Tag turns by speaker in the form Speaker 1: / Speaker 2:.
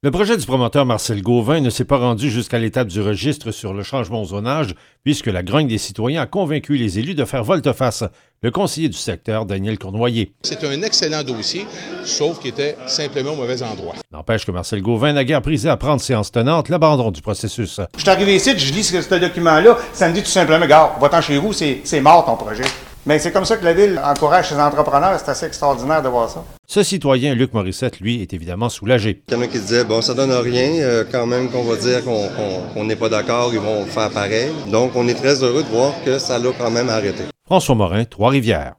Speaker 1: Le projet du promoteur Marcel Gauvin ne s'est pas rendu jusqu'à l'étape du registre sur le changement au zonage, puisque la grogne des citoyens a convaincu les élus de faire volte-face. Le conseiller du secteur, Daniel Cournoyer.
Speaker 2: C'est un excellent dossier, sauf qu'il était simplement au mauvais endroit.
Speaker 1: N'empêche que Marcel Gauvin n'a guère prisé à prendre séance tenante l'abandon du processus.
Speaker 3: Je suis arrivé ici, je lis ce, ce document-là, ça me dit tout simplement, gars, va-t'en chez vous, c'est c'est mort ton projet. Mais c'est comme ça que la Ville encourage ses entrepreneurs, c'est assez extraordinaire de voir ça.
Speaker 1: Ce citoyen, Luc Morissette, lui, est évidemment soulagé.
Speaker 4: Il y en a qui disaient, bon, ça donne rien, euh, quand même qu'on va dire qu'on qu'on- qu'on n'est pas d'accord, ils vont faire pareil. Donc, on est très heureux de voir que ça l'a quand même arrêté.
Speaker 1: François Morin, Trois-Rivières.